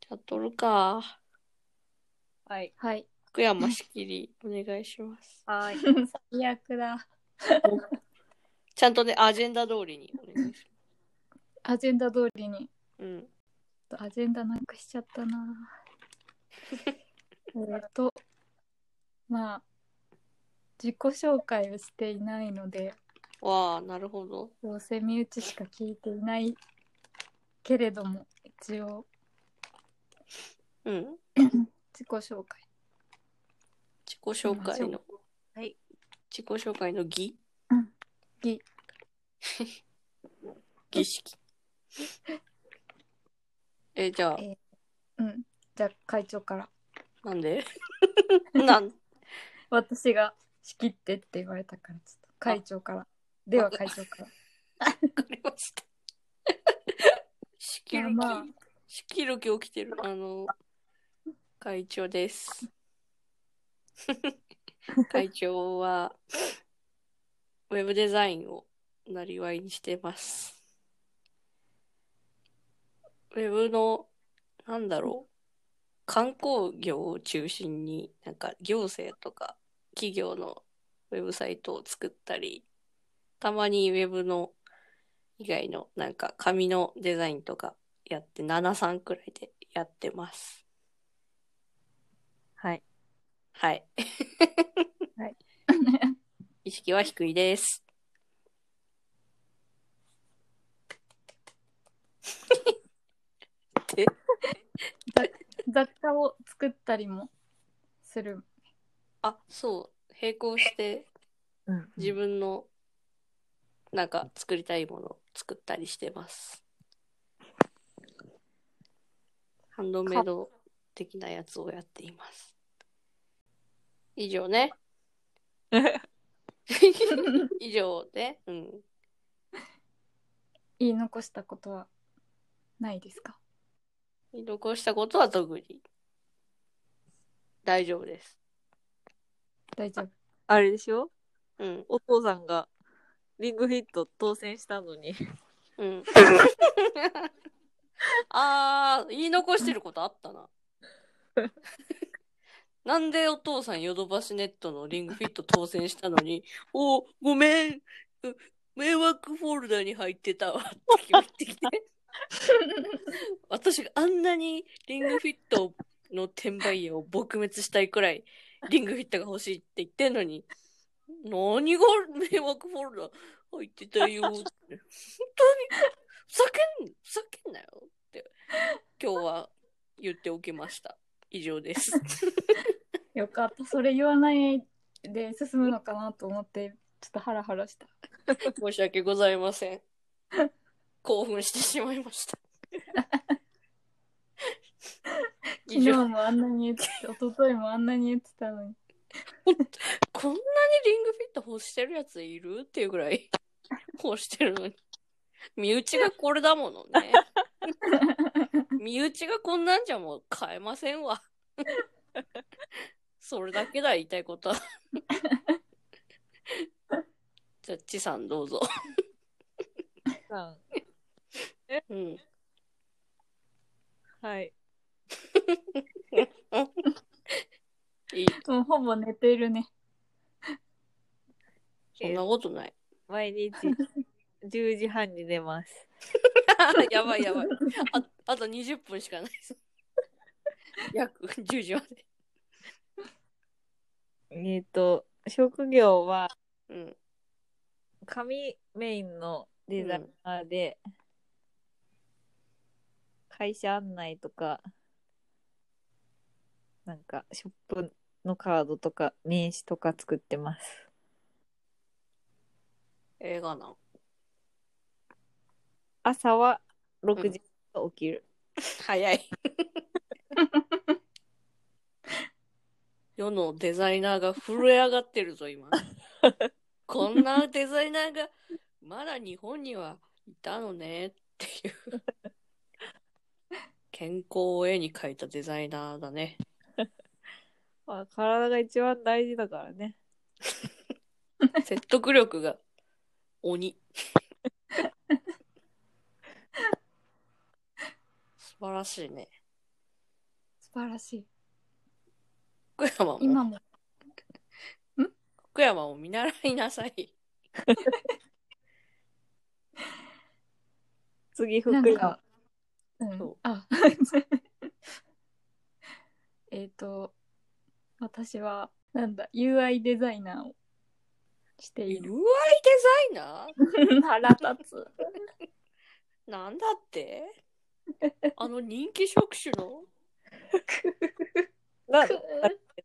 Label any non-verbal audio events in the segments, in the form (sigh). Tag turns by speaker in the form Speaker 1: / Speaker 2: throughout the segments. Speaker 1: じゃあ、撮るか。
Speaker 2: はい。
Speaker 3: はい。
Speaker 1: 福山しきり、お願いします。
Speaker 2: はい。
Speaker 3: 最悪だ。
Speaker 1: ちゃんとね、アジェンダ通りにお願いし
Speaker 3: アジェンダ通りに。
Speaker 1: ます。うん。
Speaker 3: アジェンダなくしちゃった
Speaker 2: (laughs)
Speaker 3: な。えっと、まあ、自己紹介をしていないので、
Speaker 1: わあ、なるほど。
Speaker 3: どうせ身内しか聞いていないけれども、一応
Speaker 1: うん。
Speaker 3: 自己紹介。
Speaker 1: 自己紹介の。
Speaker 2: はい。
Speaker 1: 自己紹介の儀
Speaker 3: うん儀。
Speaker 1: 儀式。え、じゃあ、
Speaker 3: えうん。じゃあ会長から。
Speaker 1: なんでなん
Speaker 3: 私が仕切ってって言われたから、ちょっと会長から。では会長
Speaker 2: (laughs)
Speaker 3: から。
Speaker 1: わかりました。仕切る気、
Speaker 3: まあまあ
Speaker 1: 仕切る気起きてる。あの、会長
Speaker 3: (laughs)
Speaker 1: です。会長は、ウェブデザインをなりわいにしてます。ウェブの、なんだろう、観光業を中心に、なんか行政とか企業のウェブサイトを作ったり、たまにウェブの以外のなんか紙のデザインとかやって73くらいでやってます。
Speaker 2: はい。
Speaker 1: はい。
Speaker 3: はい。
Speaker 1: 意識は低いです。
Speaker 3: 雑貨を作ったりもする。
Speaker 1: あ、そう。並行して
Speaker 2: うん
Speaker 1: 自分のなんか作りたいものを作ったりしてます。ハンドメイド的なやつをやっています。以上
Speaker 2: (laughs)
Speaker 1: ね。 (laughs) 以上で、うん。
Speaker 3: 言い残したことはないですか
Speaker 1: 見残したことは特に大丈夫です。
Speaker 3: 大丈夫。
Speaker 2: あれでしょ
Speaker 1: うん。
Speaker 2: お父さんがリングフィット当選したのに。
Speaker 1: うん。 (laughs) あー、言い残してることあったな。なんでお父さんヨドバシネットのリングフィット当選したのに、 (laughs) おごめん、う迷惑フォルダに入ってたわって言ってきて。私があんなにリングフィットの転売屋を撲滅したいくらい、リングフィットが欲しいって言ってんのに、何が迷惑フォルダ入ってたよって。本当に、ふざけん、ふざけんなよって、今日は言っておきました。以上です。
Speaker 3: よかった。それ言わないで進むのかなと思って、ちょっとハラハラした。
Speaker 1: 申し訳ございません。興奮してしまいました。
Speaker 3: 昨日もあんなに言ってた、一昨日もあんなに言ってたのに。
Speaker 1: こんなにリングフィット欲してるやついるっていうぐらい欲してるのに。身内がこれだものね。身内がこんなんじゃもう買えませんわ。それだけだ言いたいことは。 (laughs) じゃあ、ちさんどうぞ。
Speaker 2: さ
Speaker 1: うん。
Speaker 2: んはい。
Speaker 1: いい。
Speaker 3: もうほぼ寝てるね。 (laughs)
Speaker 1: そんなことない。
Speaker 2: 毎 (laughs) 日10時半に出ます。
Speaker 1: やばいやばい。ああと20分しかないです。約10時まで。
Speaker 2: えっ、と、職業は
Speaker 1: うん。
Speaker 2: 紙メインのデザイナーで、会社案内とか、なんかショップのカードとか名刺とか作ってます。
Speaker 1: 映画なん。
Speaker 2: 朝は6時に起きる。
Speaker 1: 早い。世のデザイナーが震え上がってるぞ、今。こんなデザイナーがまだ日本にはいたのねっていう。健康を絵に描いたデザイナーだね。
Speaker 2: まあ、体が一番大事だからね。
Speaker 1: 説得力が鬼。素晴らしいね。
Speaker 3: 素晴らしい。
Speaker 1: 福山も
Speaker 3: 今も。
Speaker 1: 福山を見習いなさい。
Speaker 2: 次、福
Speaker 3: な
Speaker 2: 山。
Speaker 3: んか、うん
Speaker 1: そう、
Speaker 3: あ (laughs) えっと私はなんだ UI デザイナーをして
Speaker 1: い
Speaker 3: い
Speaker 1: る
Speaker 3: る
Speaker 1: UI デザイナ
Speaker 3: (laughs) 腹立 (laughs) つ
Speaker 1: ーなんだってあの人気職種の
Speaker 2: なん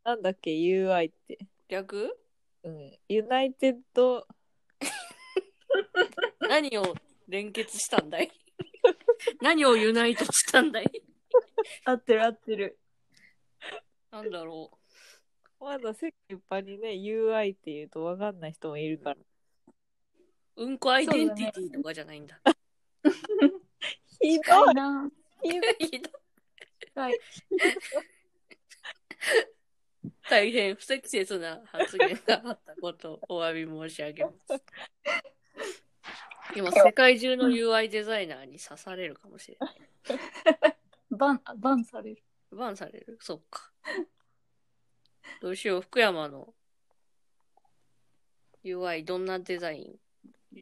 Speaker 2: なんだっけ、UI って。
Speaker 1: 略
Speaker 2: うん。ユナイテッド、
Speaker 1: 何を連結したんだい何をユナイトしたんだい
Speaker 3: 合ってる合ってる
Speaker 1: なんだろう。
Speaker 2: まだ世界いっぱいにね、UI って言うと分かんない人もいるから。
Speaker 1: うんこアイデンティティとかじゃないんだ。
Speaker 2: ひど
Speaker 3: 深いな
Speaker 2: ひど
Speaker 1: (laughs) ひどい
Speaker 3: 深い
Speaker 1: (laughs) 大変不適切な発言があったことをお詫び申し上げます。今、世界中の UI デザイナーに刺されるかもしれない。
Speaker 3: バンバンされる
Speaker 1: バンされるそっか。どうしよう、福山の UI、どんなデザイン、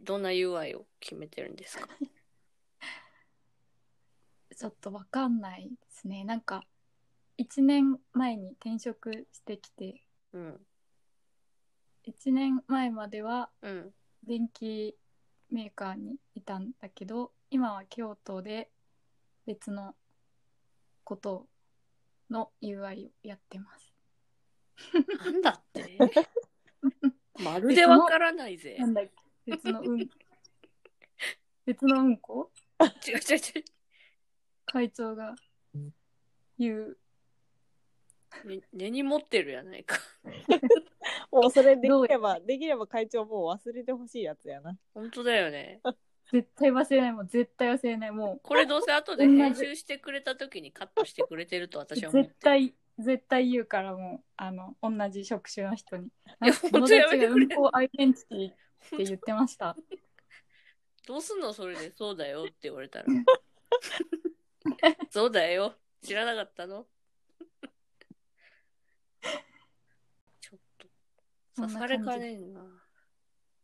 Speaker 1: どんな UI を決めてるんですか
Speaker 3: ちょっとわかんないですねなんか1年前に転職してきて
Speaker 1: うん。
Speaker 3: 1年前までは
Speaker 1: うん。
Speaker 3: 電気メーカーにいたんだけど今は京都で別のことの UI をやってます。
Speaker 1: なんだって
Speaker 3: (laughs)
Speaker 1: まるでわからないぜ。
Speaker 3: なんだっけ別のうん (laughs) 別のうんこ
Speaker 1: 違う違う違う。
Speaker 3: 会長が言う
Speaker 1: ね根に持ってるやないか。
Speaker 2: もうそれできれば、できれば会長もう忘れてほしいやつやな。
Speaker 1: 本当だよね。
Speaker 3: 絶対忘れないもう絶対忘れないも
Speaker 1: これどうせ後で編集してくれた時にカットしてくれてると
Speaker 3: う
Speaker 1: 私は思う。
Speaker 3: 絶対絶対言うからもうあの同じ職種の人に
Speaker 1: いや
Speaker 3: 友
Speaker 1: 本当
Speaker 3: 達
Speaker 1: やめて
Speaker 3: が
Speaker 1: く
Speaker 3: う
Speaker 1: れ
Speaker 3: んこアイデンティティって言ってました。
Speaker 1: どうすんのそれでそうだよって言われ (laughs) たら。そうだよ。知らなかったのちょっと。
Speaker 3: そ
Speaker 1: 刺
Speaker 3: ん
Speaker 1: さ
Speaker 3: な感
Speaker 1: れ
Speaker 3: じ
Speaker 1: かねえな。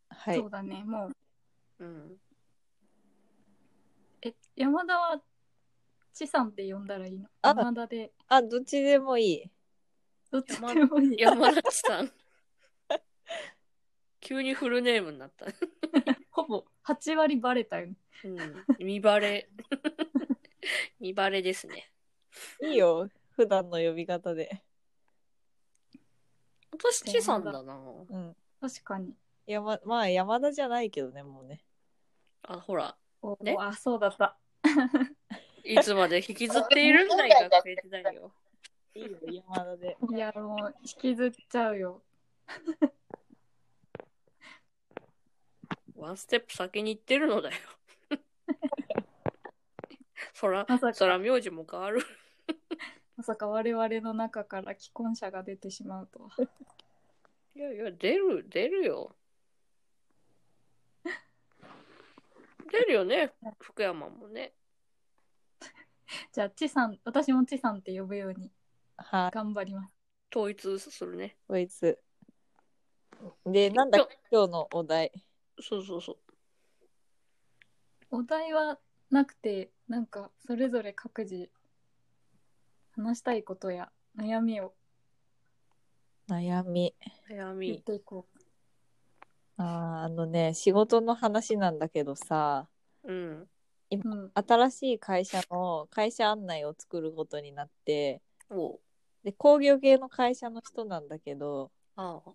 Speaker 2: はい
Speaker 3: そう。だねも
Speaker 1: う
Speaker 3: う
Speaker 1: ん。
Speaker 3: え、山田は、ちさんって呼んだらいいの
Speaker 2: あ
Speaker 3: 山田で、
Speaker 2: あ、どっちでもいい。
Speaker 3: どっちでもいい。
Speaker 1: 山立さん。急にフルネームになった。
Speaker 3: ほぼ、8割バレたよね。
Speaker 1: うん。見バレ。見バレですね。
Speaker 2: いいよ。普段の呼び方で。
Speaker 1: 私、ちさんだな。
Speaker 2: うん。
Speaker 3: 確かに。
Speaker 2: 山、まあ山田じゃないけどね、もうね。
Speaker 1: あ、ほら。
Speaker 3: お
Speaker 1: ね
Speaker 3: あ、そうだった。
Speaker 1: いつまで引きずっているんだい学生時代よ。
Speaker 2: いいよ、山田で。
Speaker 3: いや、もう、引きずっちゃうよ。
Speaker 1: ワンステップ先に行ってるのだよ。 (laughs) そら
Speaker 3: まさ、か
Speaker 1: そら名字も変わる。
Speaker 3: まさか我々の中から既婚者が出てしまうとは。
Speaker 1: いやいや、出る、出るよ。出るよね、福山もね。
Speaker 3: じゃあ、ちさん、私もちさんって呼ぶように
Speaker 2: はい。
Speaker 3: 頑張ります。
Speaker 1: 統一するね。
Speaker 2: こいつ。で、なんだっけ今日のお題。
Speaker 1: そうそうそう。
Speaker 3: お題はなくて、なんか、それぞれ各自、話したいことや悩みを
Speaker 2: 悩み。
Speaker 1: 悩
Speaker 3: 言っ
Speaker 1: み。
Speaker 3: ていこう。
Speaker 2: あーあのね、仕事の話なんだけどさ、
Speaker 1: うん。
Speaker 3: うん。
Speaker 2: 新しい会社の会社案内を作ることになって、
Speaker 1: おう
Speaker 2: で、工業系の会社の人なんだけど、
Speaker 1: ああ。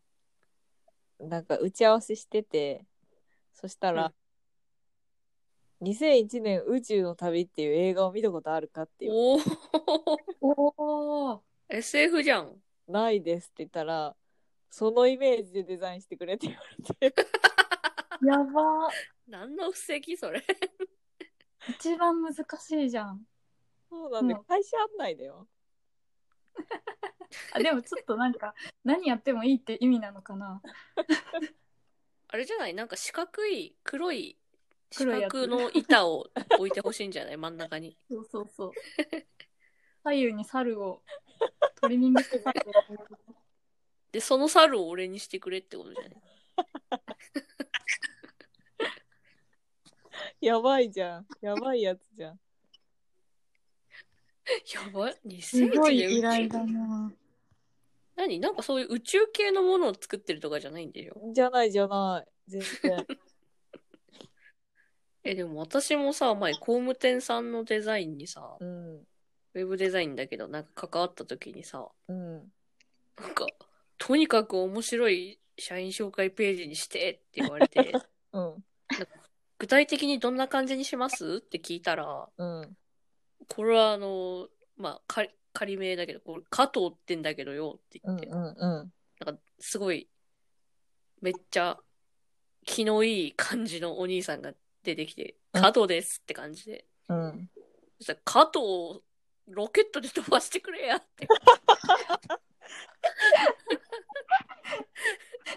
Speaker 2: なんか打ち合わせしてて、そしたら、2001年宇宙の旅っていう映画を見たことあるかっていう、
Speaker 1: おお
Speaker 3: おー
Speaker 1: SF じゃん。
Speaker 2: ないですって言ったら、そのイメージでデザインしてくれって言わ
Speaker 1: (laughs)
Speaker 2: れて、
Speaker 3: やばー
Speaker 1: 何の布石それ。
Speaker 3: 一番難しいじゃん。
Speaker 2: そうなんだ、
Speaker 3: うん
Speaker 2: 会社案内だよ。
Speaker 3: あでもちょっとな
Speaker 1: (laughs)
Speaker 3: んか何やってもいいって意味なのかな。
Speaker 1: あれじゃないなんか四角い黒い四
Speaker 3: 黒いやつ
Speaker 1: 角の板を置いてほしいんじゃない真ん中に。
Speaker 3: そうそうそう。左右に猿をトリミングし
Speaker 1: (laughs)
Speaker 3: てたって
Speaker 1: で、その猿を俺にしてくれってことじゃ
Speaker 3: (laughs)
Speaker 1: ない
Speaker 2: やばいじゃん。やばいやつじゃん。
Speaker 1: やばい。
Speaker 3: す
Speaker 1: 2001
Speaker 3: ごい
Speaker 1: 年
Speaker 3: 依頼
Speaker 1: 宇宙
Speaker 3: だな。
Speaker 1: 何なんかそういう宇宙系のものを作ってるとかじゃないんでしょ
Speaker 2: じゃないじゃない。全然。
Speaker 1: え、でも私もさ、前、工務店さんのデザインにさ、
Speaker 2: うん。
Speaker 1: ウェブデザインだけど、なんか関わった時にさ、
Speaker 2: うん。
Speaker 1: なんか、とにかく面白い社員紹介ページにしてって言われ
Speaker 3: (laughs)
Speaker 1: て、
Speaker 2: うん。
Speaker 1: 具体的にどんな感じにしますって聞いたら、
Speaker 2: うん。
Speaker 1: これはあの、まあ、か仮名だけど、これ、加藤ってんだけどよって
Speaker 2: う
Speaker 1: 言
Speaker 2: ん。
Speaker 1: って、
Speaker 2: うん。
Speaker 1: なんか、すごい、めっちゃ、気のいい感じのお兄さんが出てきて、
Speaker 2: うん
Speaker 1: 加藤ですって感じで。
Speaker 2: うん。
Speaker 1: そしたら、加藤をロケットで飛ばしてくれや
Speaker 2: (laughs)
Speaker 1: って。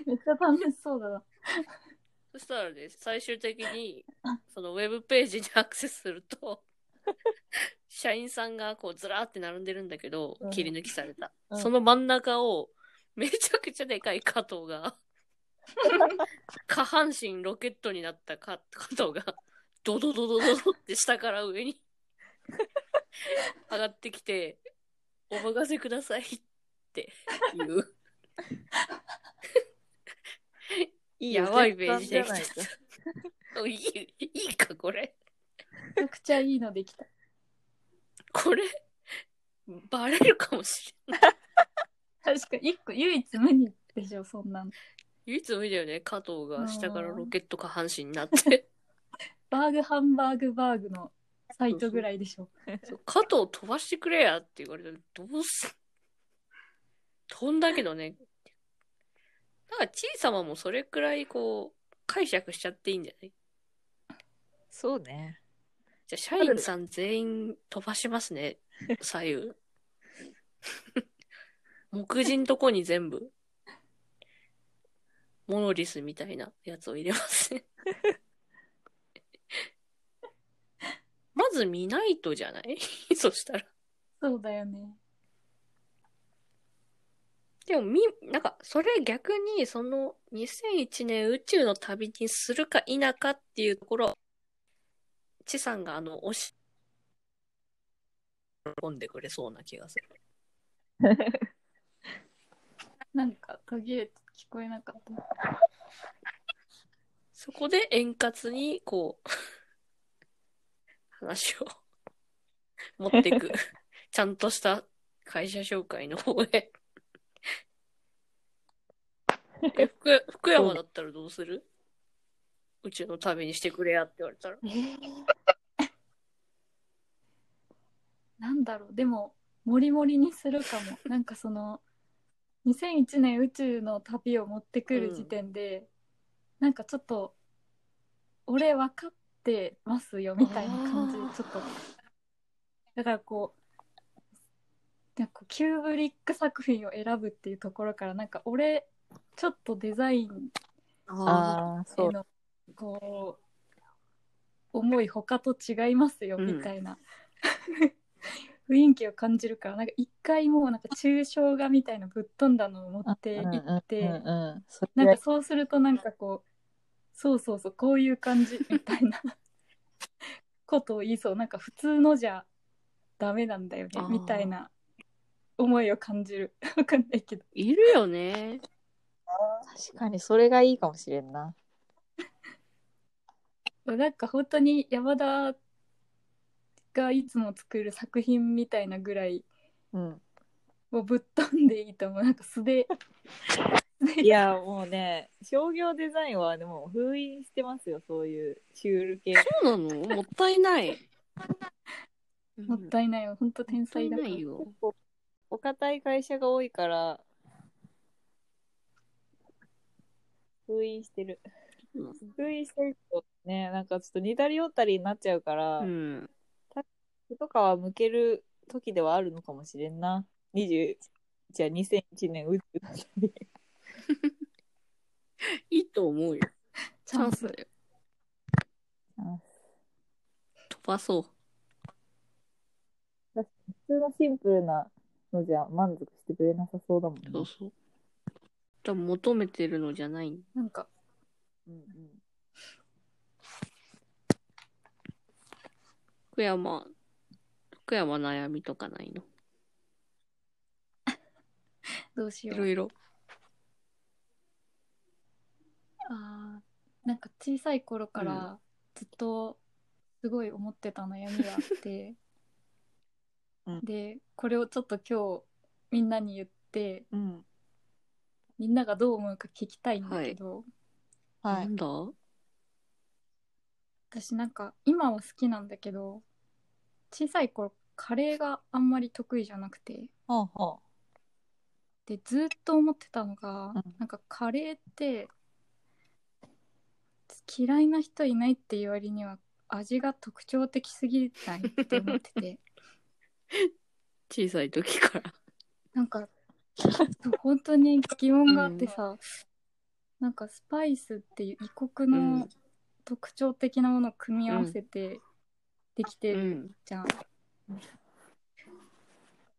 Speaker 3: めっちゃ楽しそうだな。
Speaker 1: そしたらね、最終的に、そのウェブページにアクセスすると、社員さんがこうずらーって並んでるんだけど
Speaker 2: うん、
Speaker 1: 切り抜きされた。
Speaker 2: うん
Speaker 1: その真ん中を、めちゃくちゃでかい加藤
Speaker 2: (laughs)
Speaker 1: が、下半身ロケットになった加加藤が、ドドドドドドって下から上に上がってきて、お任せくださいっていう。やばいページできちゃった。お (laughs) いいいいかこれ
Speaker 3: めちゃくちゃいいのできた。
Speaker 1: これバレるかもしれない
Speaker 3: 確か一個唯一無二でしょ、そんなの。
Speaker 1: 唯一無二だよね加藤が下からロケット下半身になって
Speaker 3: バーグハンバーグバーグのサイトぐらいでしょ。
Speaker 1: そう加藤飛ばしてくれやって言われたらどうす飛んだけどねだからちいさまもそれくらいこう解釈しちゃっていいんじゃない
Speaker 2: そうね。
Speaker 1: じゃあ社員さん全員飛ばしますね左右 (laughs) 目次のとこに全部モノリスみたいなやつを入れますね (laughs) まず見ないとじゃない (laughs) そしたら
Speaker 3: そうだよね。
Speaker 1: でもみなんかそれ逆にその2001年宇宙の旅にするか否かっていうところちさんがあの押し込んでくれそうな気がする
Speaker 3: なんか途切れて聞こえなかった。
Speaker 1: そこで円滑に、こう、 (laughs) 話を持っていく。ちゃんとした会社紹介の方へ。え、福福山だったらどうするうちの旅にしてくれやって言われたら。
Speaker 3: (laughs) なんだろうでもモリモリにするか
Speaker 1: (laughs)
Speaker 3: もなんかその2001年宇宙の旅を持ってくる時点で、なんかちょっと俺分かってますよみたいな感じ
Speaker 1: あー
Speaker 3: でちょっとだからこうなんかこうキューブリック作品を選ぶっていうところからなんか俺ちょっとデザイン
Speaker 2: (laughs) ああ、そ
Speaker 3: へ
Speaker 2: う。
Speaker 3: のこう思い他と違いますよ
Speaker 1: うん
Speaker 3: みたいな、 (laughs) 雰囲気を感じるからなんか一回もうなんか抽象画みたいなぶっ飛んだのを持ってい
Speaker 2: うんうん
Speaker 3: って、
Speaker 2: うんうん。そ
Speaker 3: なん
Speaker 2: れ
Speaker 3: かそうするとなんかこうそうそうそうこういう感じみたいな (laughs) ことを言いそうなんか普通のじゃダメなんだよね
Speaker 1: あー
Speaker 3: みたいな思いを感じる (laughs) わかんないけど
Speaker 1: いるよね。
Speaker 2: 確かにそれがいいかもしれんな。
Speaker 3: なんか本当に山田がいつも作る作品みたいなぐらい
Speaker 2: うん。
Speaker 3: もうぶっ飛んでいいと思うなんか素で素で
Speaker 2: いや、もうね、商業デザインはでも封印してますよ、そういうシュール系。
Speaker 1: そうなのもったいない。
Speaker 3: (laughs) もっ
Speaker 1: もった
Speaker 3: いないよ本当天
Speaker 1: た
Speaker 3: 才
Speaker 1: い
Speaker 3: だか
Speaker 1: な
Speaker 3: ら
Speaker 1: いよ。
Speaker 2: お堅い会社が多いから、封印してる。封印してるとね、なんかちょっと似たり寄ったりになっちゃうから、
Speaker 1: うん。
Speaker 2: 人とかは向ける時ではあるのかもしれんな。20、じゃあ2001年宇宙の旅。
Speaker 1: いいと思うよ。
Speaker 3: チャンス
Speaker 1: だよ。飛ばそう。
Speaker 2: 普通のシンプルなのじゃ満足してくれなさそうだもんね。
Speaker 1: そうそう。多分求めてるのじゃない。
Speaker 3: なんか
Speaker 2: うんうん
Speaker 1: 福山、福山悩みとかないの
Speaker 3: どうし
Speaker 1: い
Speaker 3: よ
Speaker 1: ろ
Speaker 3: う
Speaker 1: いろ。
Speaker 3: あーなんか小さい頃からずっとすごい思ってた悩みがあって、
Speaker 2: うん
Speaker 3: でこれをちょっと今日みんなに言って
Speaker 2: うん。
Speaker 3: みんながどう思うか聞きたいんだけど、
Speaker 2: は。
Speaker 1: ないんだ
Speaker 3: 私なんか今は好きなんだけど小さい頃カレーがあんまり得意じゃなくて
Speaker 2: はあは
Speaker 3: でずっと思ってたのが、
Speaker 2: うん
Speaker 3: なんかカレーって嫌いな人いないっていう割には味が特徴的すぎないって思って
Speaker 1: (laughs)
Speaker 3: て
Speaker 1: 小さい時から。
Speaker 3: なんか本当に疑問があってさ、なんかスパイスっていう異国
Speaker 1: うん
Speaker 3: の特徴的なものを組み合わせてできて
Speaker 1: う
Speaker 3: る
Speaker 1: ん。
Speaker 3: じゃん。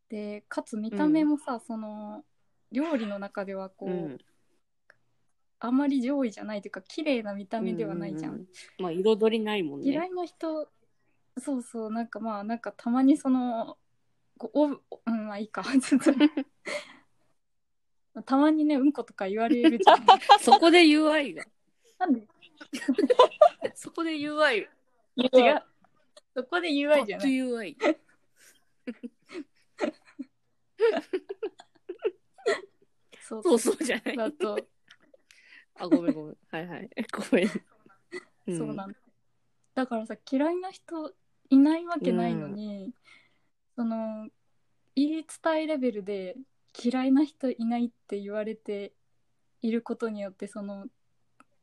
Speaker 3: でかつ見た目もさ、その料理の中ではこ
Speaker 1: う
Speaker 3: う、
Speaker 1: ん。
Speaker 3: あまり上位じゃないというか綺麗な見た目ではないじゃん。
Speaker 1: うううまあ、彩りないもんね。
Speaker 3: 嫌いな人そうそうなんかまあなんかたまにそのこうおぶうんまあいいか (laughs) ちょっとたまにねうんことか言われるじ
Speaker 1: (laughs)
Speaker 3: ゃん
Speaker 1: そこで UI が。
Speaker 3: なんで
Speaker 1: (laughs) そこで UI。
Speaker 3: 違うそこで UI じ
Speaker 1: パッ
Speaker 3: ゃな
Speaker 1: と
Speaker 3: い
Speaker 1: UI。
Speaker 3: そう
Speaker 1: そうそうじゃない。
Speaker 3: だと、
Speaker 1: あ、ごめんごめん。はいはい。ごめん。
Speaker 3: そうなんだだからさ嫌いな人いないわけないのに、その言い伝えレベルで嫌いな人いないって言われていることによってその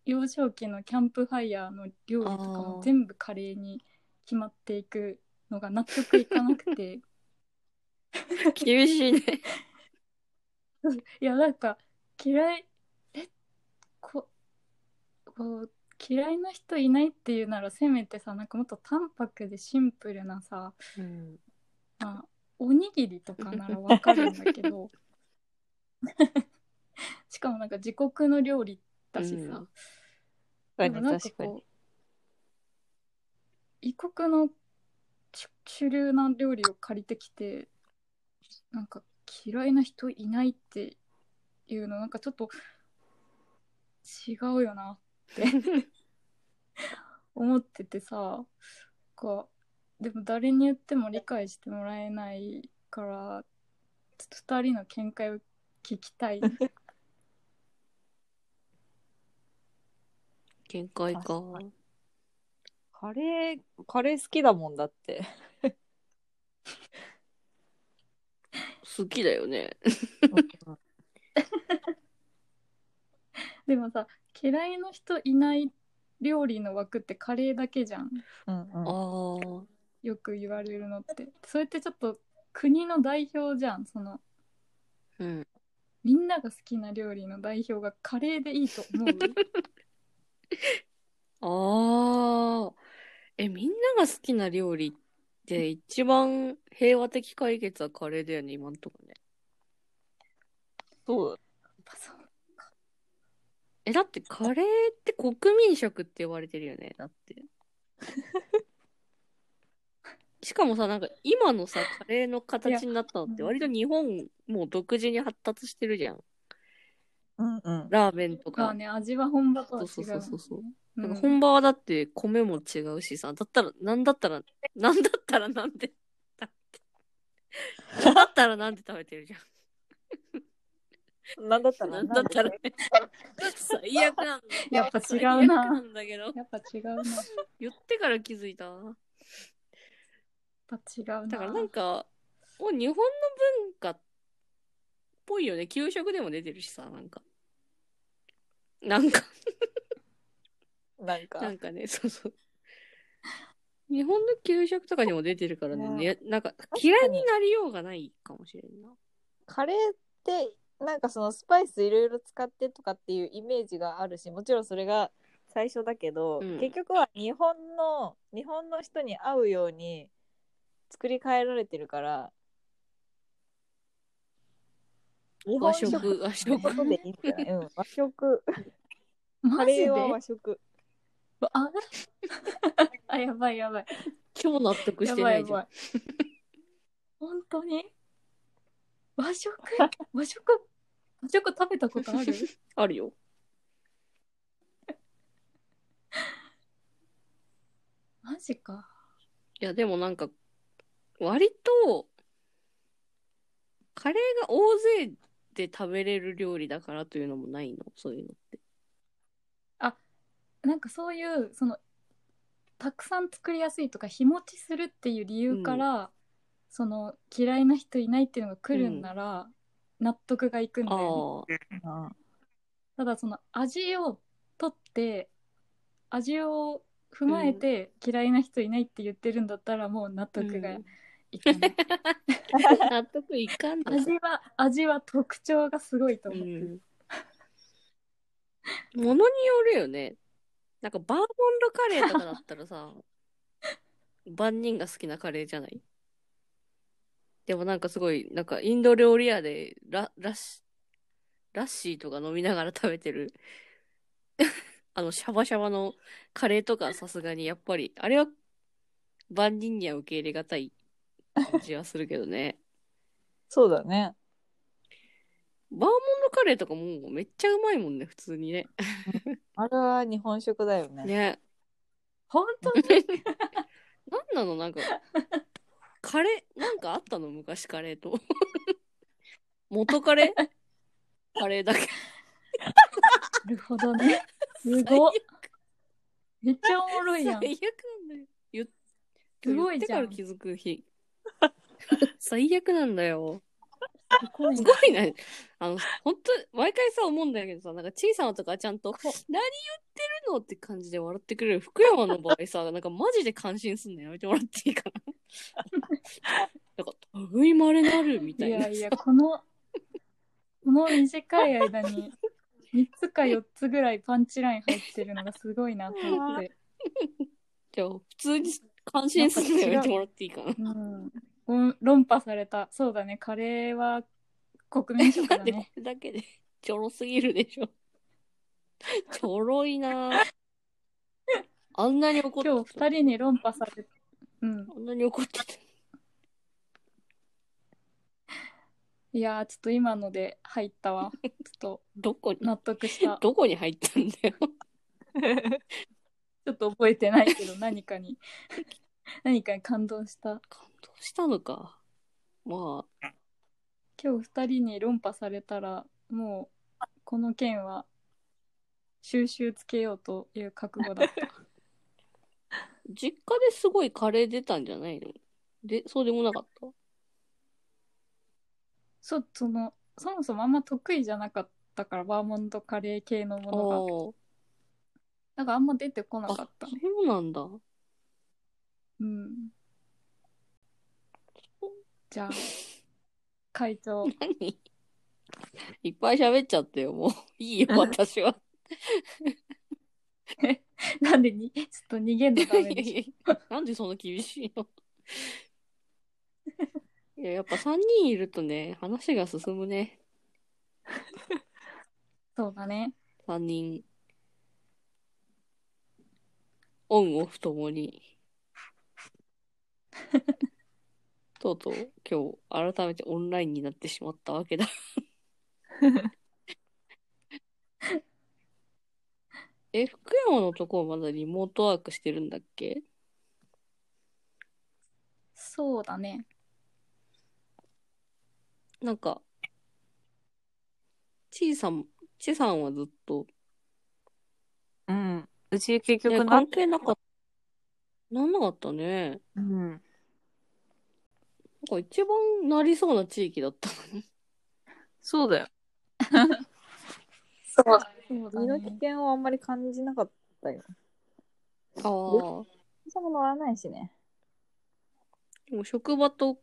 Speaker 3: 幼少期のキャンプファイヤーの料理とか
Speaker 1: あ
Speaker 3: も
Speaker 1: ー
Speaker 3: 全部カレーに決まっていくのが納得いかなくて
Speaker 1: 厳しいね。
Speaker 3: いやなんか嫌いえここう嫌いな人いないっていうならせめてさなんかもっと淡白でシンプルなさ
Speaker 1: うん。
Speaker 3: まあ、おにぎりとかならわかるんだけど (laughs) しかもなんか自国の料理だしさ、で
Speaker 2: 確
Speaker 3: もな
Speaker 2: かに
Speaker 3: んか
Speaker 2: 確かに。
Speaker 3: こう異国の主主流な料理を借りてきてなんか嫌いな人いないっていうのなんかちょっと違うよなって思っててさこうでも誰に言っても理解してもらえないからちょっと2人の見解を聞きたい
Speaker 1: 限界か。
Speaker 2: カレー、カレー好きだもんだ (laughs) って。
Speaker 1: 好きだよね。
Speaker 3: (laughs) でもさ嫌いな人いない料理の枠ってカレーだけじゃん
Speaker 2: うんうん。
Speaker 1: ああ。
Speaker 3: よく言われるのってそれってちょっと国の代表じゃんその
Speaker 1: うん。
Speaker 3: みんなが好きな料理の代表がカレーでいいと思う
Speaker 1: ああ。え、みんなが好きな料理って一番平和的解決はカレーだよね、今んとこね。
Speaker 2: そう
Speaker 3: パソコン
Speaker 1: え、だってカレーって国民食って言われてるよね、だって。 (laughs) しかもさ、なんか今のさ、カレーの形になったのって割と日本もう独自に発達してるじゃん。
Speaker 2: だ。うんうん。
Speaker 1: ラーメン (laughs) と
Speaker 3: が
Speaker 1: か。
Speaker 3: ね味は本場とは違う
Speaker 1: そうそうそうそう
Speaker 3: う
Speaker 1: なん
Speaker 3: ん
Speaker 1: か本場はだって米も違うしさ、だったら、なんだったら、なんだったらなんで、だってなんだったらなんで食べてるじゃ
Speaker 2: なんだった
Speaker 1: ん。な
Speaker 2: ら
Speaker 1: んだったらね。最悪なんだ。
Speaker 3: やっぱ違
Speaker 1: 最
Speaker 3: う
Speaker 1: 悪
Speaker 3: な
Speaker 1: なんだけど。
Speaker 3: やっぱ違うなやっ
Speaker 1: 言ってから気づいた。
Speaker 3: ぱ違うな
Speaker 1: だからなんか、もう日本の文化っぽいよね。給食でも出てるしさ、なんか。なん
Speaker 3: (laughs)
Speaker 1: か、
Speaker 2: なんか。
Speaker 1: なんかね、そうそう。日本の給食とかにも出てるからね、
Speaker 2: ね
Speaker 1: ねなんか
Speaker 2: かに
Speaker 1: 嫌いになりようがないかもしれんな。
Speaker 2: カレーってなんかそのスパイスいろいろ使ってとかっていうイメージがあるしもちろんそれが最初だけど、
Speaker 1: うん
Speaker 2: 結局は日本の日本の人に合うように作り変えられてるから日
Speaker 1: 和
Speaker 2: 本
Speaker 1: 食
Speaker 2: 食
Speaker 1: 和
Speaker 2: という
Speaker 1: 食
Speaker 2: ことでいいんじゃない、うん、和食。カ
Speaker 3: マジ
Speaker 2: レ
Speaker 3: で
Speaker 2: ーは和食。
Speaker 3: (laughs) あ (laughs) あ、やばいやばい。
Speaker 1: 今日納得し
Speaker 3: や
Speaker 1: て
Speaker 3: ば
Speaker 1: ない
Speaker 3: や
Speaker 1: いじゃ
Speaker 3: ば
Speaker 1: ん
Speaker 3: い。本当に
Speaker 1: (laughs)
Speaker 3: 和食和食和食食べたことある
Speaker 1: あるよ
Speaker 3: マジか。
Speaker 1: いやでもなんか割とカレーが大勢で食べれる料理だからというのもないのそういうのって
Speaker 3: なんかそういう、その、たくさん作りやすいとか、日持ちするっていう理由から、その、嫌いな人いないっていうのが来るんなら、納得がいくんだ
Speaker 1: あ
Speaker 3: よね。
Speaker 1: あ
Speaker 2: あ
Speaker 3: ただその味を取って味を踏まえて嫌いな人いないって言ってるんだったらもう納得 (laughs) がいかない、
Speaker 1: 納得いかんの
Speaker 3: 味は味は特徴がすごいと
Speaker 1: う
Speaker 3: 思う、
Speaker 1: んものによるよねなんかバーモンドカレーとかだったら
Speaker 3: (laughs)
Speaker 1: さ万人が好きなカレーじゃないでもなんかすごいなんかインド料理屋でララッシラッシーとか飲みながら食べてる (laughs) あのシャバシャバのカレーとかはさすがにやっぱりあれは万人には受け入れがたい感じはするけどね
Speaker 2: そうだね。
Speaker 1: バーモンドカレーとかもうめっちゃうまいもんね普通にね
Speaker 2: あれは日本食だよね。
Speaker 1: ね
Speaker 3: 本当に
Speaker 1: (laughs) なんなのなんかカレーなんかあったの昔カレーと (laughs) 元カレーカレーだけ
Speaker 3: なるほどねすごっ
Speaker 1: 最
Speaker 3: めっちゃおもろい
Speaker 1: 最
Speaker 3: や
Speaker 1: 悪なんんだよ言っ
Speaker 3: すごいじゃん
Speaker 1: 言ってから気づく日 (laughs) 最悪なんだよ
Speaker 3: すごい
Speaker 1: す
Speaker 3: な
Speaker 1: ごいなあの本当毎回さ思うんだけどさなんか小さなとかちゃんと「何言ってるの?」って感じで笑ってくれる福山の場合さ (laughs) なんかマジで感心すんのやめてもらっていいかな
Speaker 3: (laughs)
Speaker 1: なんか「類いまれなる」みた
Speaker 3: い
Speaker 1: いな
Speaker 3: やいやこのこの短い間に3つか4つぐらいパンチライン入ってるのがすごいなと思って、
Speaker 1: じゃあ、普通に感心するのやめてもらっていいかな。
Speaker 3: うんうん、論破されたそうだねカレーは国民食だ
Speaker 1: なんでこ
Speaker 3: ね
Speaker 1: れだけで、ちょろすぎるでしょ。ちょろいなぁあんなに怒って
Speaker 3: 今日
Speaker 1: た。
Speaker 3: 2人に論破された、うん、
Speaker 1: あんなに怒ってた。
Speaker 3: いやーちょっと今ので入ったわちょっと
Speaker 1: どこに、
Speaker 3: 納得したち
Speaker 1: どこに入ったんだよ。
Speaker 3: ょっと覚えてないけど何かに (laughs) 何かに感動した
Speaker 1: 感動したのか。まあ、
Speaker 3: 今日2人に論破されたらもうこの件は収集つけようという覚悟だった (laughs)
Speaker 1: 実家ですごいカレー出たんじゃないので、そうでもなかった。
Speaker 3: そうそのそもそもあんま得意じゃなかったからバーモントカレー系のも
Speaker 1: ああ
Speaker 3: のが
Speaker 1: ー、
Speaker 3: だからあんま出てこなかったね
Speaker 1: そうなんだ。
Speaker 3: うんじゃあ会 (laughs) 長
Speaker 1: 何 (laughs) いっぱい喋っちゃってよ、もう。 (laughs) い
Speaker 3: (laughs)
Speaker 1: いよ、私は。
Speaker 3: なんでにちょっと逃げんのダメ
Speaker 1: いや
Speaker 3: でしょ
Speaker 1: いや (laughs) なんでそんな厳し
Speaker 3: (laughs)
Speaker 1: いのいや、やっぱ3人いるとね、話が進むね。
Speaker 3: そうだね
Speaker 1: 3人。オンオフともに。とうとう今日改めてオンラインになってしまったわけだ。え、福山のとこはまだリモートワークしてるんだっけ
Speaker 3: そうだね
Speaker 1: なんか、ちいさん、ちいさんはずっと、
Speaker 2: (laughs) うん。うち結
Speaker 1: ね
Speaker 2: 局な
Speaker 1: 関、係なかった。なんなかったね。
Speaker 2: うん。
Speaker 1: なんか一番なりそうな地域だったのに。
Speaker 2: そうだよ。そう
Speaker 3: そうだ
Speaker 2: 身の危
Speaker 3: ね
Speaker 2: 険をあんまり感じなかったよ。
Speaker 1: ああ。
Speaker 2: そも乗らないしね。
Speaker 1: でも職場と、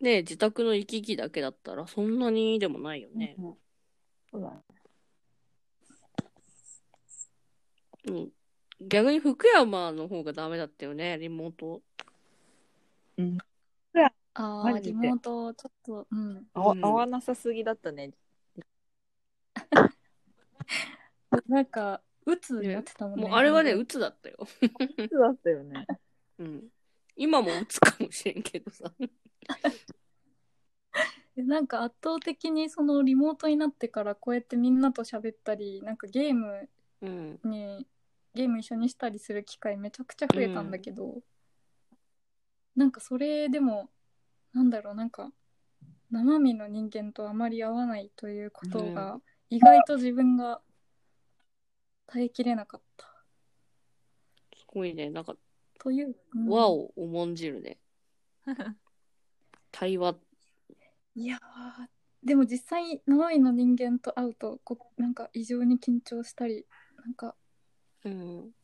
Speaker 1: ね、自宅の行き来だけだったら、そんなにでもないよね。
Speaker 2: うんそうだね。
Speaker 1: うん。逆に福山の方がダメだったよね、リモート。
Speaker 2: うん。
Speaker 3: あ
Speaker 2: マ
Speaker 3: あ、
Speaker 2: ジで
Speaker 3: リモート、ちょっと、うん。
Speaker 2: 合わ
Speaker 1: うん
Speaker 2: 合わなさすぎだったね。
Speaker 3: なんか、うつになってたもんね。
Speaker 1: もうあれはね、
Speaker 3: う
Speaker 1: 鬱だったよ。
Speaker 2: そうだったよ (laughs) ね。
Speaker 1: うん。今も鬱かもしれんけどさ。
Speaker 3: なんか圧倒的にそのリモートになってからこうやってみんなと喋ったり、なんかゲーム
Speaker 1: うん。
Speaker 3: に、ゲーム一緒にしたりする機会めちゃくちゃ増えたんだけど、なんかそれでも、なんだろう、なんか、生身の人間とあまり合わないということが、意外と自分が耐えきれなかった。
Speaker 1: すごいね。なんか、
Speaker 3: という。うん
Speaker 1: 和を重んじるね。対話。
Speaker 3: いやーでも実際生身の人間と会うとこうなんか異常に緊張したりなんか
Speaker 1: うん。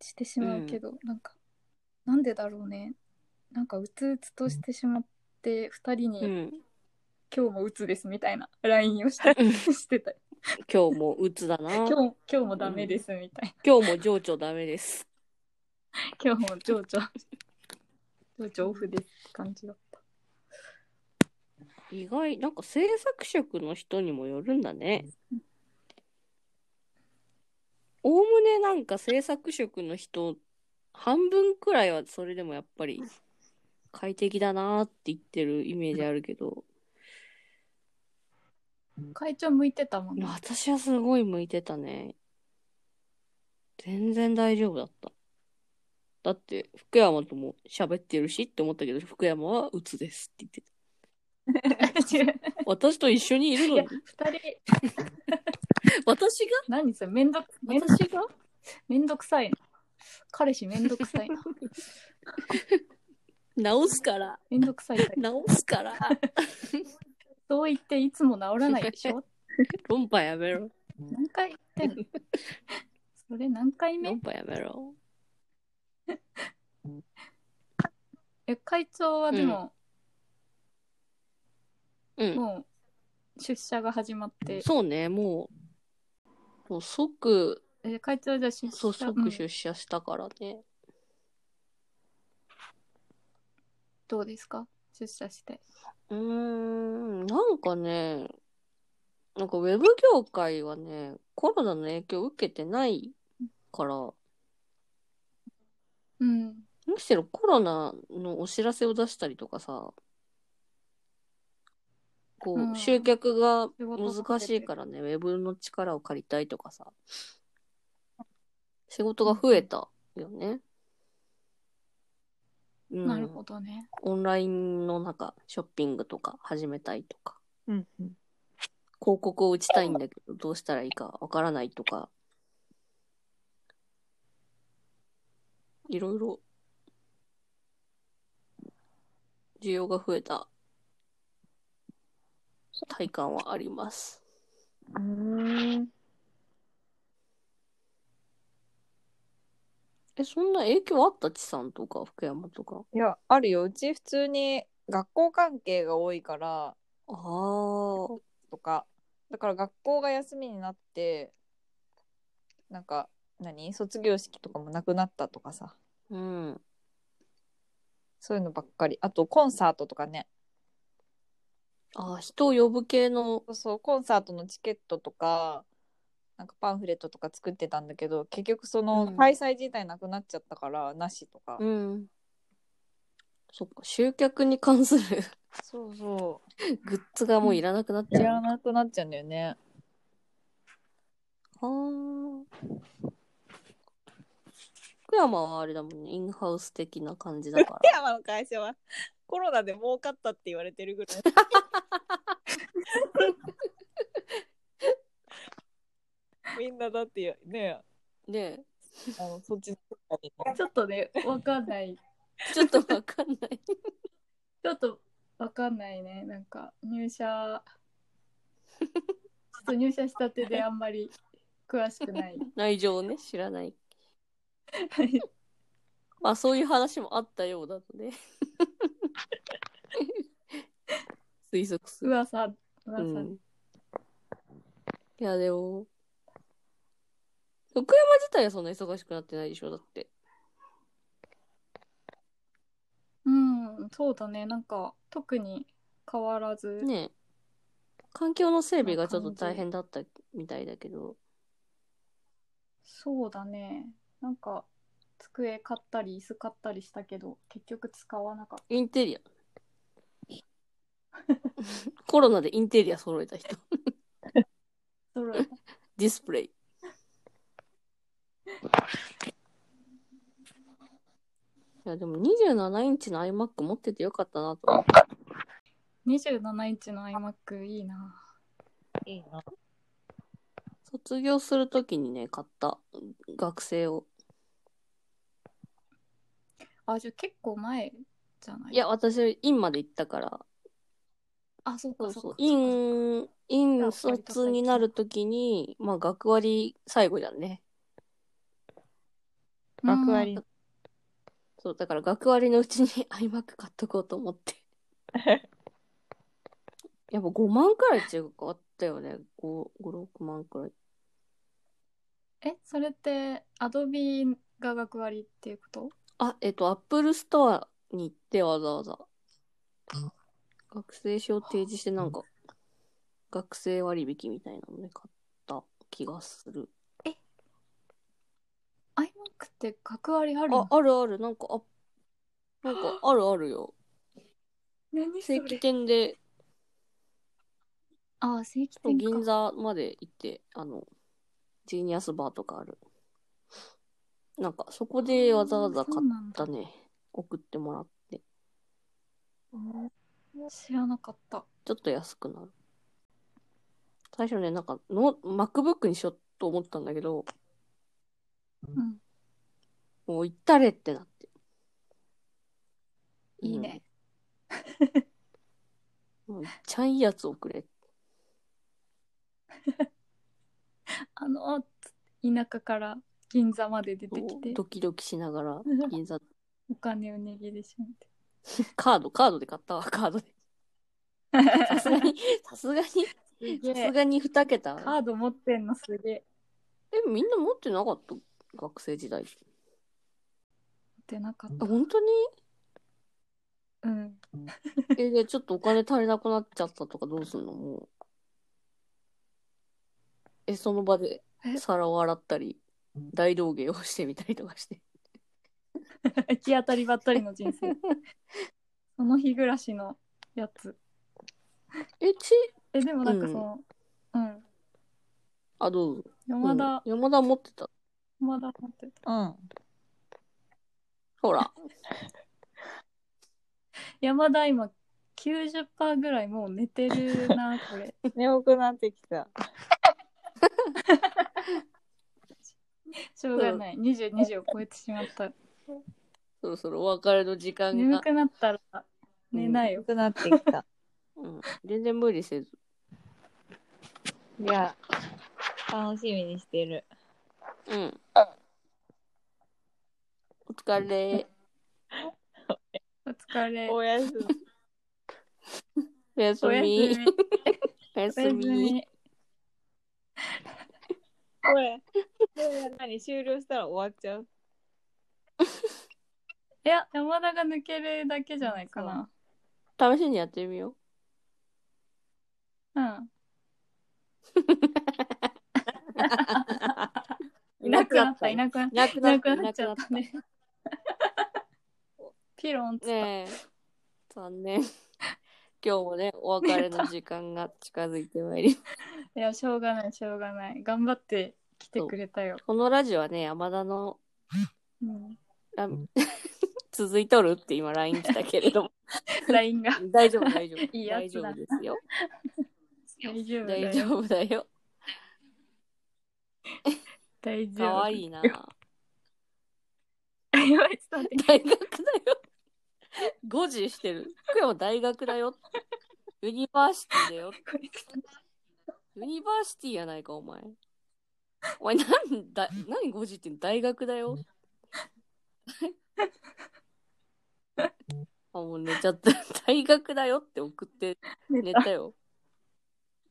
Speaker 3: してしまうけど、なんかなんでだろうねなんかうつうつとしてしまって2人に、
Speaker 1: うん。
Speaker 3: 今日もうつです」みたいな LINE をしたしてた
Speaker 1: 今日も鬱だな。
Speaker 3: 今
Speaker 1: 今
Speaker 3: 日今日もダメですみたい
Speaker 1: 日も情緒ダメです。
Speaker 3: な、今日も情緒情緒オフですって感じだった
Speaker 1: 意外、なんか制作職の人にもよるんだね。おおむねなんか制作職の人、半分くらいはそれでもやっぱり快適だなーって言ってるイメージあるけど、
Speaker 3: 会長向いてたもんね
Speaker 1: 私はすごい向いてたね。全然大丈夫だった。だって、福山とも喋ってるしって思ったけど、福山は鬱ですって言ってた。私と一緒にいるの
Speaker 3: いや
Speaker 1: に
Speaker 3: 2、人
Speaker 1: 私が
Speaker 3: 何それめんどくめんど
Speaker 1: 私が
Speaker 3: めんどくさいな彼氏めんどくさいな
Speaker 1: 直すから、
Speaker 3: めんどくさいタイプ
Speaker 1: 直すから、
Speaker 3: そう言っていつも治らないでし
Speaker 1: (laughs)
Speaker 3: ょ
Speaker 1: 論破やめろ、
Speaker 3: 何回言ってんのそれ何回目
Speaker 1: 論破やめろ。
Speaker 3: え会長はでも、
Speaker 1: うん。
Speaker 3: もう出社が始まって
Speaker 1: そうね、もう、もう即、
Speaker 3: え会長はじゃあ出社
Speaker 1: そう、
Speaker 3: うん
Speaker 1: 即出社したからね。
Speaker 3: どうですか出社して
Speaker 1: うーん、なんかね、なんかウェブ業界はね、コロナの影響を受けてないから、
Speaker 3: うん
Speaker 1: むしろコロナのお知らせを出したりとかさ、こ
Speaker 3: うん
Speaker 1: う、集客が
Speaker 3: 仕事が
Speaker 1: 難しいからね、ウェブの力を借りたいとかさ、仕事が増えたよね。うん、
Speaker 3: なるほどね
Speaker 1: オンラインのなんか、ショッピングとか始めたいとか、
Speaker 2: うん。
Speaker 1: 広告を打ちたいんだけど、どうしたらいいかわからないとか、いろいろ、需要が増えた体感はあります。
Speaker 2: うん。
Speaker 1: え、そんな影響あったちさんとか、福山とか。
Speaker 2: いや、あるよ。うち普通に学校関係が多いから、
Speaker 1: ああ、
Speaker 2: とか、だから学校が休みになって、なんか、何卒業式とかもなくなったとかさ。
Speaker 1: うん。
Speaker 2: そういうのばっかり。あと、コンサートとかね。
Speaker 1: ああ、人を呼ぶ系の、
Speaker 2: そうそう、コンサートのチケットとか、なんかパンフレットとか作ってたんだけど、結局その
Speaker 1: うん
Speaker 2: 開催自体なくなっちゃったから、なしとか。
Speaker 1: うん。そっか、集客に関する (laughs)
Speaker 2: そうそ
Speaker 1: グッズがもういらなくなっ
Speaker 2: う。
Speaker 1: ち
Speaker 2: 知
Speaker 1: ゃ
Speaker 2: ら
Speaker 1: う。
Speaker 2: なくなっちゃうんだよね。
Speaker 1: あー福山はあれだもんね、インハウス的な感じだか
Speaker 2: 福山の会社はコロナで儲かったって言われてる (laughs) ぐらい。みんなだってね、
Speaker 1: (laughs) ら。で、
Speaker 2: あのそっちの方に
Speaker 3: ちょっとねわかんない
Speaker 1: ちょっとわかんない。 (laughs)
Speaker 3: ちょっとわかんないねなんか入
Speaker 1: (laughs)
Speaker 3: 社ちょっと入社したてであんまり詳し
Speaker 1: (laughs)
Speaker 3: くない
Speaker 1: 内情をね、知らない。まあそういう話もあったようだので。 (laughs) 推測する。
Speaker 3: 噂噂、
Speaker 1: うん、いやでも、福山自体はそんな忙しくなってないでしょ、だって。
Speaker 3: うん、そうだねなんか特に変わらず、
Speaker 1: ね環境の整備がちょっと大変だったみたいだけど、
Speaker 3: そうだねなんか机買ったり椅子買ったりしたけど結局使わなかった
Speaker 1: インテリア。 (laughs) コロナでインテリア揃えた人。
Speaker 3: それ
Speaker 1: ディスプレイ。いや、でも27インチの iMac 持っててよかったなと思って。
Speaker 3: 27インチの iMac いいない
Speaker 2: いな。
Speaker 1: 卒業するときにね、買った学生を。
Speaker 3: あじゃあ結構前じゃない
Speaker 1: いや、私、院まで行ったから、
Speaker 3: あそう
Speaker 1: そ
Speaker 3: か
Speaker 1: う
Speaker 3: そう
Speaker 1: そう
Speaker 3: か。
Speaker 1: 院、院卒になるときに、まあ、学割最後じゃんね。
Speaker 2: 学割。
Speaker 1: そう、だから学割のうちに iMac 買っとこうと思
Speaker 3: (laughs)
Speaker 1: って。やっぱ5万くらい違うかあったよね。5、5 6万くらい。
Speaker 3: えそれってアドビが学割っていうこと
Speaker 1: あ、えっと、Apple Store に行ってわざわざ。学生証提示してなんか、学生割引みたいなので買った気がする。
Speaker 3: iMac って学割ある
Speaker 1: あ
Speaker 3: の、
Speaker 1: あるある。なんか、あ、なんか、あるあるよ。
Speaker 3: 何そ
Speaker 1: 正規
Speaker 3: れ
Speaker 1: 店で、
Speaker 3: あ正規店か
Speaker 1: 銀座まで行って、あの、ジーニアスバーとかある。なんか、そこでわざわざ買
Speaker 3: そう
Speaker 1: っ
Speaker 3: なんだ
Speaker 1: たね。送ってもらって。
Speaker 3: 知らなかった
Speaker 1: ちょっと安くなる。最初ね、なんかの、MacBook にしようと思ったんだけど、
Speaker 3: うん
Speaker 1: もう行ったれってなって。
Speaker 3: いいね、
Speaker 1: うん。もういっちゃいいやつをくれ。
Speaker 3: あの田舎から銀座まで出てきて
Speaker 1: ドキドキしながら、銀座、
Speaker 3: お金を握りしめて
Speaker 1: カード、カードで買ったわ、カー
Speaker 3: (laughs)
Speaker 1: ドで。さすがに、さすがに、
Speaker 3: す
Speaker 1: さ
Speaker 3: げえ
Speaker 1: すがに2桁。
Speaker 3: カード持ってんのすげえ
Speaker 1: え、みんな持ってなかった学生時代。
Speaker 3: 持ってなかっ
Speaker 1: あ、本当に
Speaker 3: たうん (laughs)
Speaker 1: え、で、ちょっとお金足りなくなっちゃったとかどうすんのもう。え、その場で
Speaker 3: え
Speaker 1: 皿を洗ったり、大道芸をしてみたりとかして。
Speaker 3: 行き当たりばったりの人生 (laughs) その日暮らしのやつ
Speaker 1: え、ち、
Speaker 3: えでもなんかそのうん、
Speaker 1: あ、どうぞ。
Speaker 3: 山田、
Speaker 1: うん山田持ってた。
Speaker 3: 山田持ってた
Speaker 2: うん。
Speaker 1: ほ (laughs) ら。
Speaker 3: 山田今90%ぐらいもう寝てるなこ (laughs) れ
Speaker 2: 眠くなってきた。
Speaker 3: しょうがない22時を超えてしま (laughs) った
Speaker 1: そろそろお別れの時間
Speaker 3: 眠
Speaker 1: が。
Speaker 3: くなったら寝ないよ
Speaker 2: 眠、くなってきた。
Speaker 1: うん。全然無理せず。
Speaker 2: (laughs) いや、楽しみにしてる。
Speaker 1: うん。お疲れ。
Speaker 3: お疲れ
Speaker 2: おやすみ。
Speaker 1: おやす
Speaker 3: おやす
Speaker 1: み。
Speaker 3: み
Speaker 1: おや
Speaker 3: お
Speaker 1: す
Speaker 3: やす
Speaker 1: み。
Speaker 3: み
Speaker 2: これ、これ何終了したら終わっちゃう。
Speaker 3: いや山田が抜けるだけじゃないかな
Speaker 1: 試しにやってみよう。
Speaker 3: うん
Speaker 1: い (laughs)
Speaker 3: い
Speaker 1: な
Speaker 3: な
Speaker 1: く
Speaker 3: く
Speaker 1: な
Speaker 3: な
Speaker 1: っ
Speaker 3: ったたいなくなっ
Speaker 1: なく
Speaker 3: た
Speaker 1: な
Speaker 3: いな
Speaker 1: っ
Speaker 3: く
Speaker 1: た。い
Speaker 3: な
Speaker 1: なく
Speaker 3: っち
Speaker 1: な
Speaker 3: ゃ
Speaker 1: っ
Speaker 3: ったた。ねピロンっつった、
Speaker 1: ねえ。残念。 (laughs) 今日もね、お別れの時間が近づいてまい
Speaker 3: (laughs)
Speaker 1: り。
Speaker 3: いやしょうがないしょうがない頑張って来てくれたよ、
Speaker 1: このラジオはね、山田の
Speaker 3: うん、
Speaker 1: ラ続いとるって今 LINE 来たけれど
Speaker 3: (laughs)
Speaker 1: も。
Speaker 3: LINE が
Speaker 1: 大丈夫、大丈夫。
Speaker 3: いいや
Speaker 1: 大
Speaker 3: つ
Speaker 1: 丈
Speaker 3: だ
Speaker 1: 夫ですよ。
Speaker 3: 大丈夫だ
Speaker 1: 大
Speaker 3: よ
Speaker 1: 丈夫だよ。
Speaker 3: 大丈夫
Speaker 1: かわいいな。
Speaker 3: やばいちょっと待って
Speaker 1: 大学だよ。 (laughs) 誤字してる。福山大学だ
Speaker 3: (laughs)
Speaker 1: よ。ユニバーシティだよ。
Speaker 3: これ
Speaker 1: ユニバーシティやないか、お前。お前、なん
Speaker 3: (laughs)
Speaker 1: だ、何誤字って言うの大学だよ。 (laughs) あ、もう寝ちゃった。大学だよって送って寝たよ。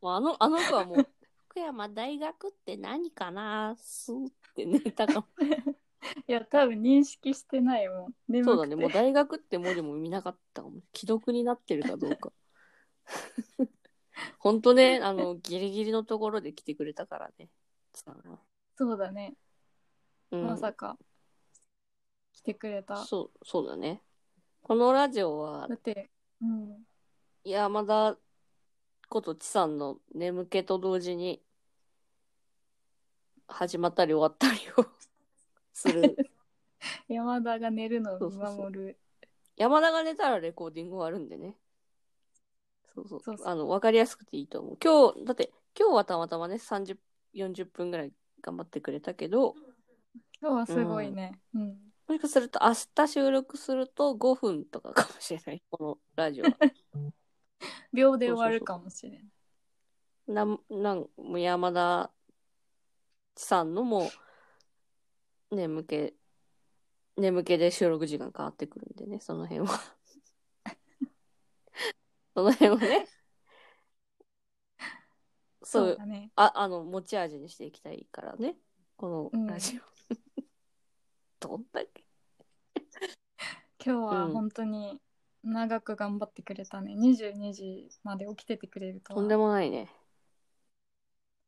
Speaker 1: もうあの、あの子は
Speaker 3: (laughs) (laughs)
Speaker 1: もう、福山大学って何かなすーって寝たかも。
Speaker 3: いや多分認識してないもん眠くて
Speaker 1: そうだね。もう大学って文字も見なかったかも。既読になってるかど
Speaker 3: (laughs)
Speaker 1: うか。ほんとね、あの、ギリギリのところで来てくれたからね。さんは
Speaker 3: そうだね、
Speaker 1: うん、
Speaker 3: まさか来てくれただ
Speaker 1: そう、そうだね。このラジオは、
Speaker 3: ってうん
Speaker 1: 山田ことちさんの眠気と同時に、始まったり終わったりをする。
Speaker 3: 山田が寝るのを見守る
Speaker 1: 山田が寝たらレコーディング終わるんでね。そうそう。
Speaker 3: そうそう
Speaker 1: あの、わかりやすくていいと思う。今日、だって、今日はたまたまね、30、40分ぐらい頑張ってくれたけど、
Speaker 3: 今日はすごいねうん、
Speaker 1: もしかすると明日収録すると5分とかかもしれない。このラジオは。
Speaker 3: 秒で終わるかもしれない
Speaker 1: なん、なん、もう山田さんのも、眠気、眠気で収録時間変わってくるんでね、その辺
Speaker 3: (laughs)
Speaker 1: は。その辺をね、そう、
Speaker 3: だね
Speaker 1: あ、あの、持ち味にしていきたいからね、このラ
Speaker 3: (laughs)
Speaker 1: ジオ。どんだけ。
Speaker 3: 今日は
Speaker 1: うん
Speaker 3: 本当に長く頑張ってくれたね、22時まで起きててくれるとは
Speaker 1: とんでもないね。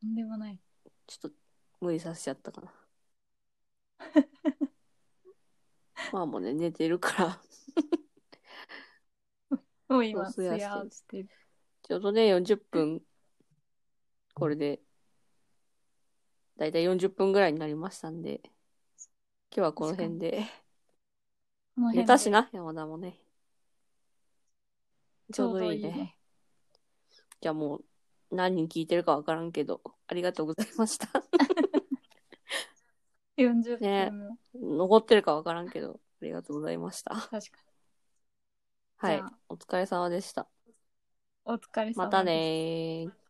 Speaker 3: とんでもない
Speaker 1: ちょっと無理させちゃった
Speaker 3: (laughs)
Speaker 1: かな。まあもうね、寝てるから。
Speaker 3: もう今
Speaker 1: そ
Speaker 3: す
Speaker 1: う
Speaker 3: や
Speaker 1: すや
Speaker 3: ー
Speaker 1: して
Speaker 3: してる
Speaker 1: ちょうどね、40分、これで、だいたい40分ぐらいになりましたんで、今日はこの辺で、
Speaker 3: この辺で
Speaker 1: 寝たしな、山田もね。ち
Speaker 3: ち
Speaker 1: ょ
Speaker 3: ょ
Speaker 1: う
Speaker 3: う
Speaker 1: ど
Speaker 3: ど
Speaker 1: い
Speaker 3: い
Speaker 1: い
Speaker 3: い
Speaker 1: ね。
Speaker 3: ね
Speaker 1: じゃあもう、何人聞いてるかわからんけど、ありがとうございました。 (laughs)
Speaker 3: 40
Speaker 1: ね
Speaker 3: 分も
Speaker 1: 残ってるかわからんけど、ありがとうございました。
Speaker 3: 確かに
Speaker 1: は
Speaker 3: じ
Speaker 1: い
Speaker 3: ゃあ。
Speaker 1: お疲れ様でした。
Speaker 3: お疲れ様です
Speaker 1: またねー。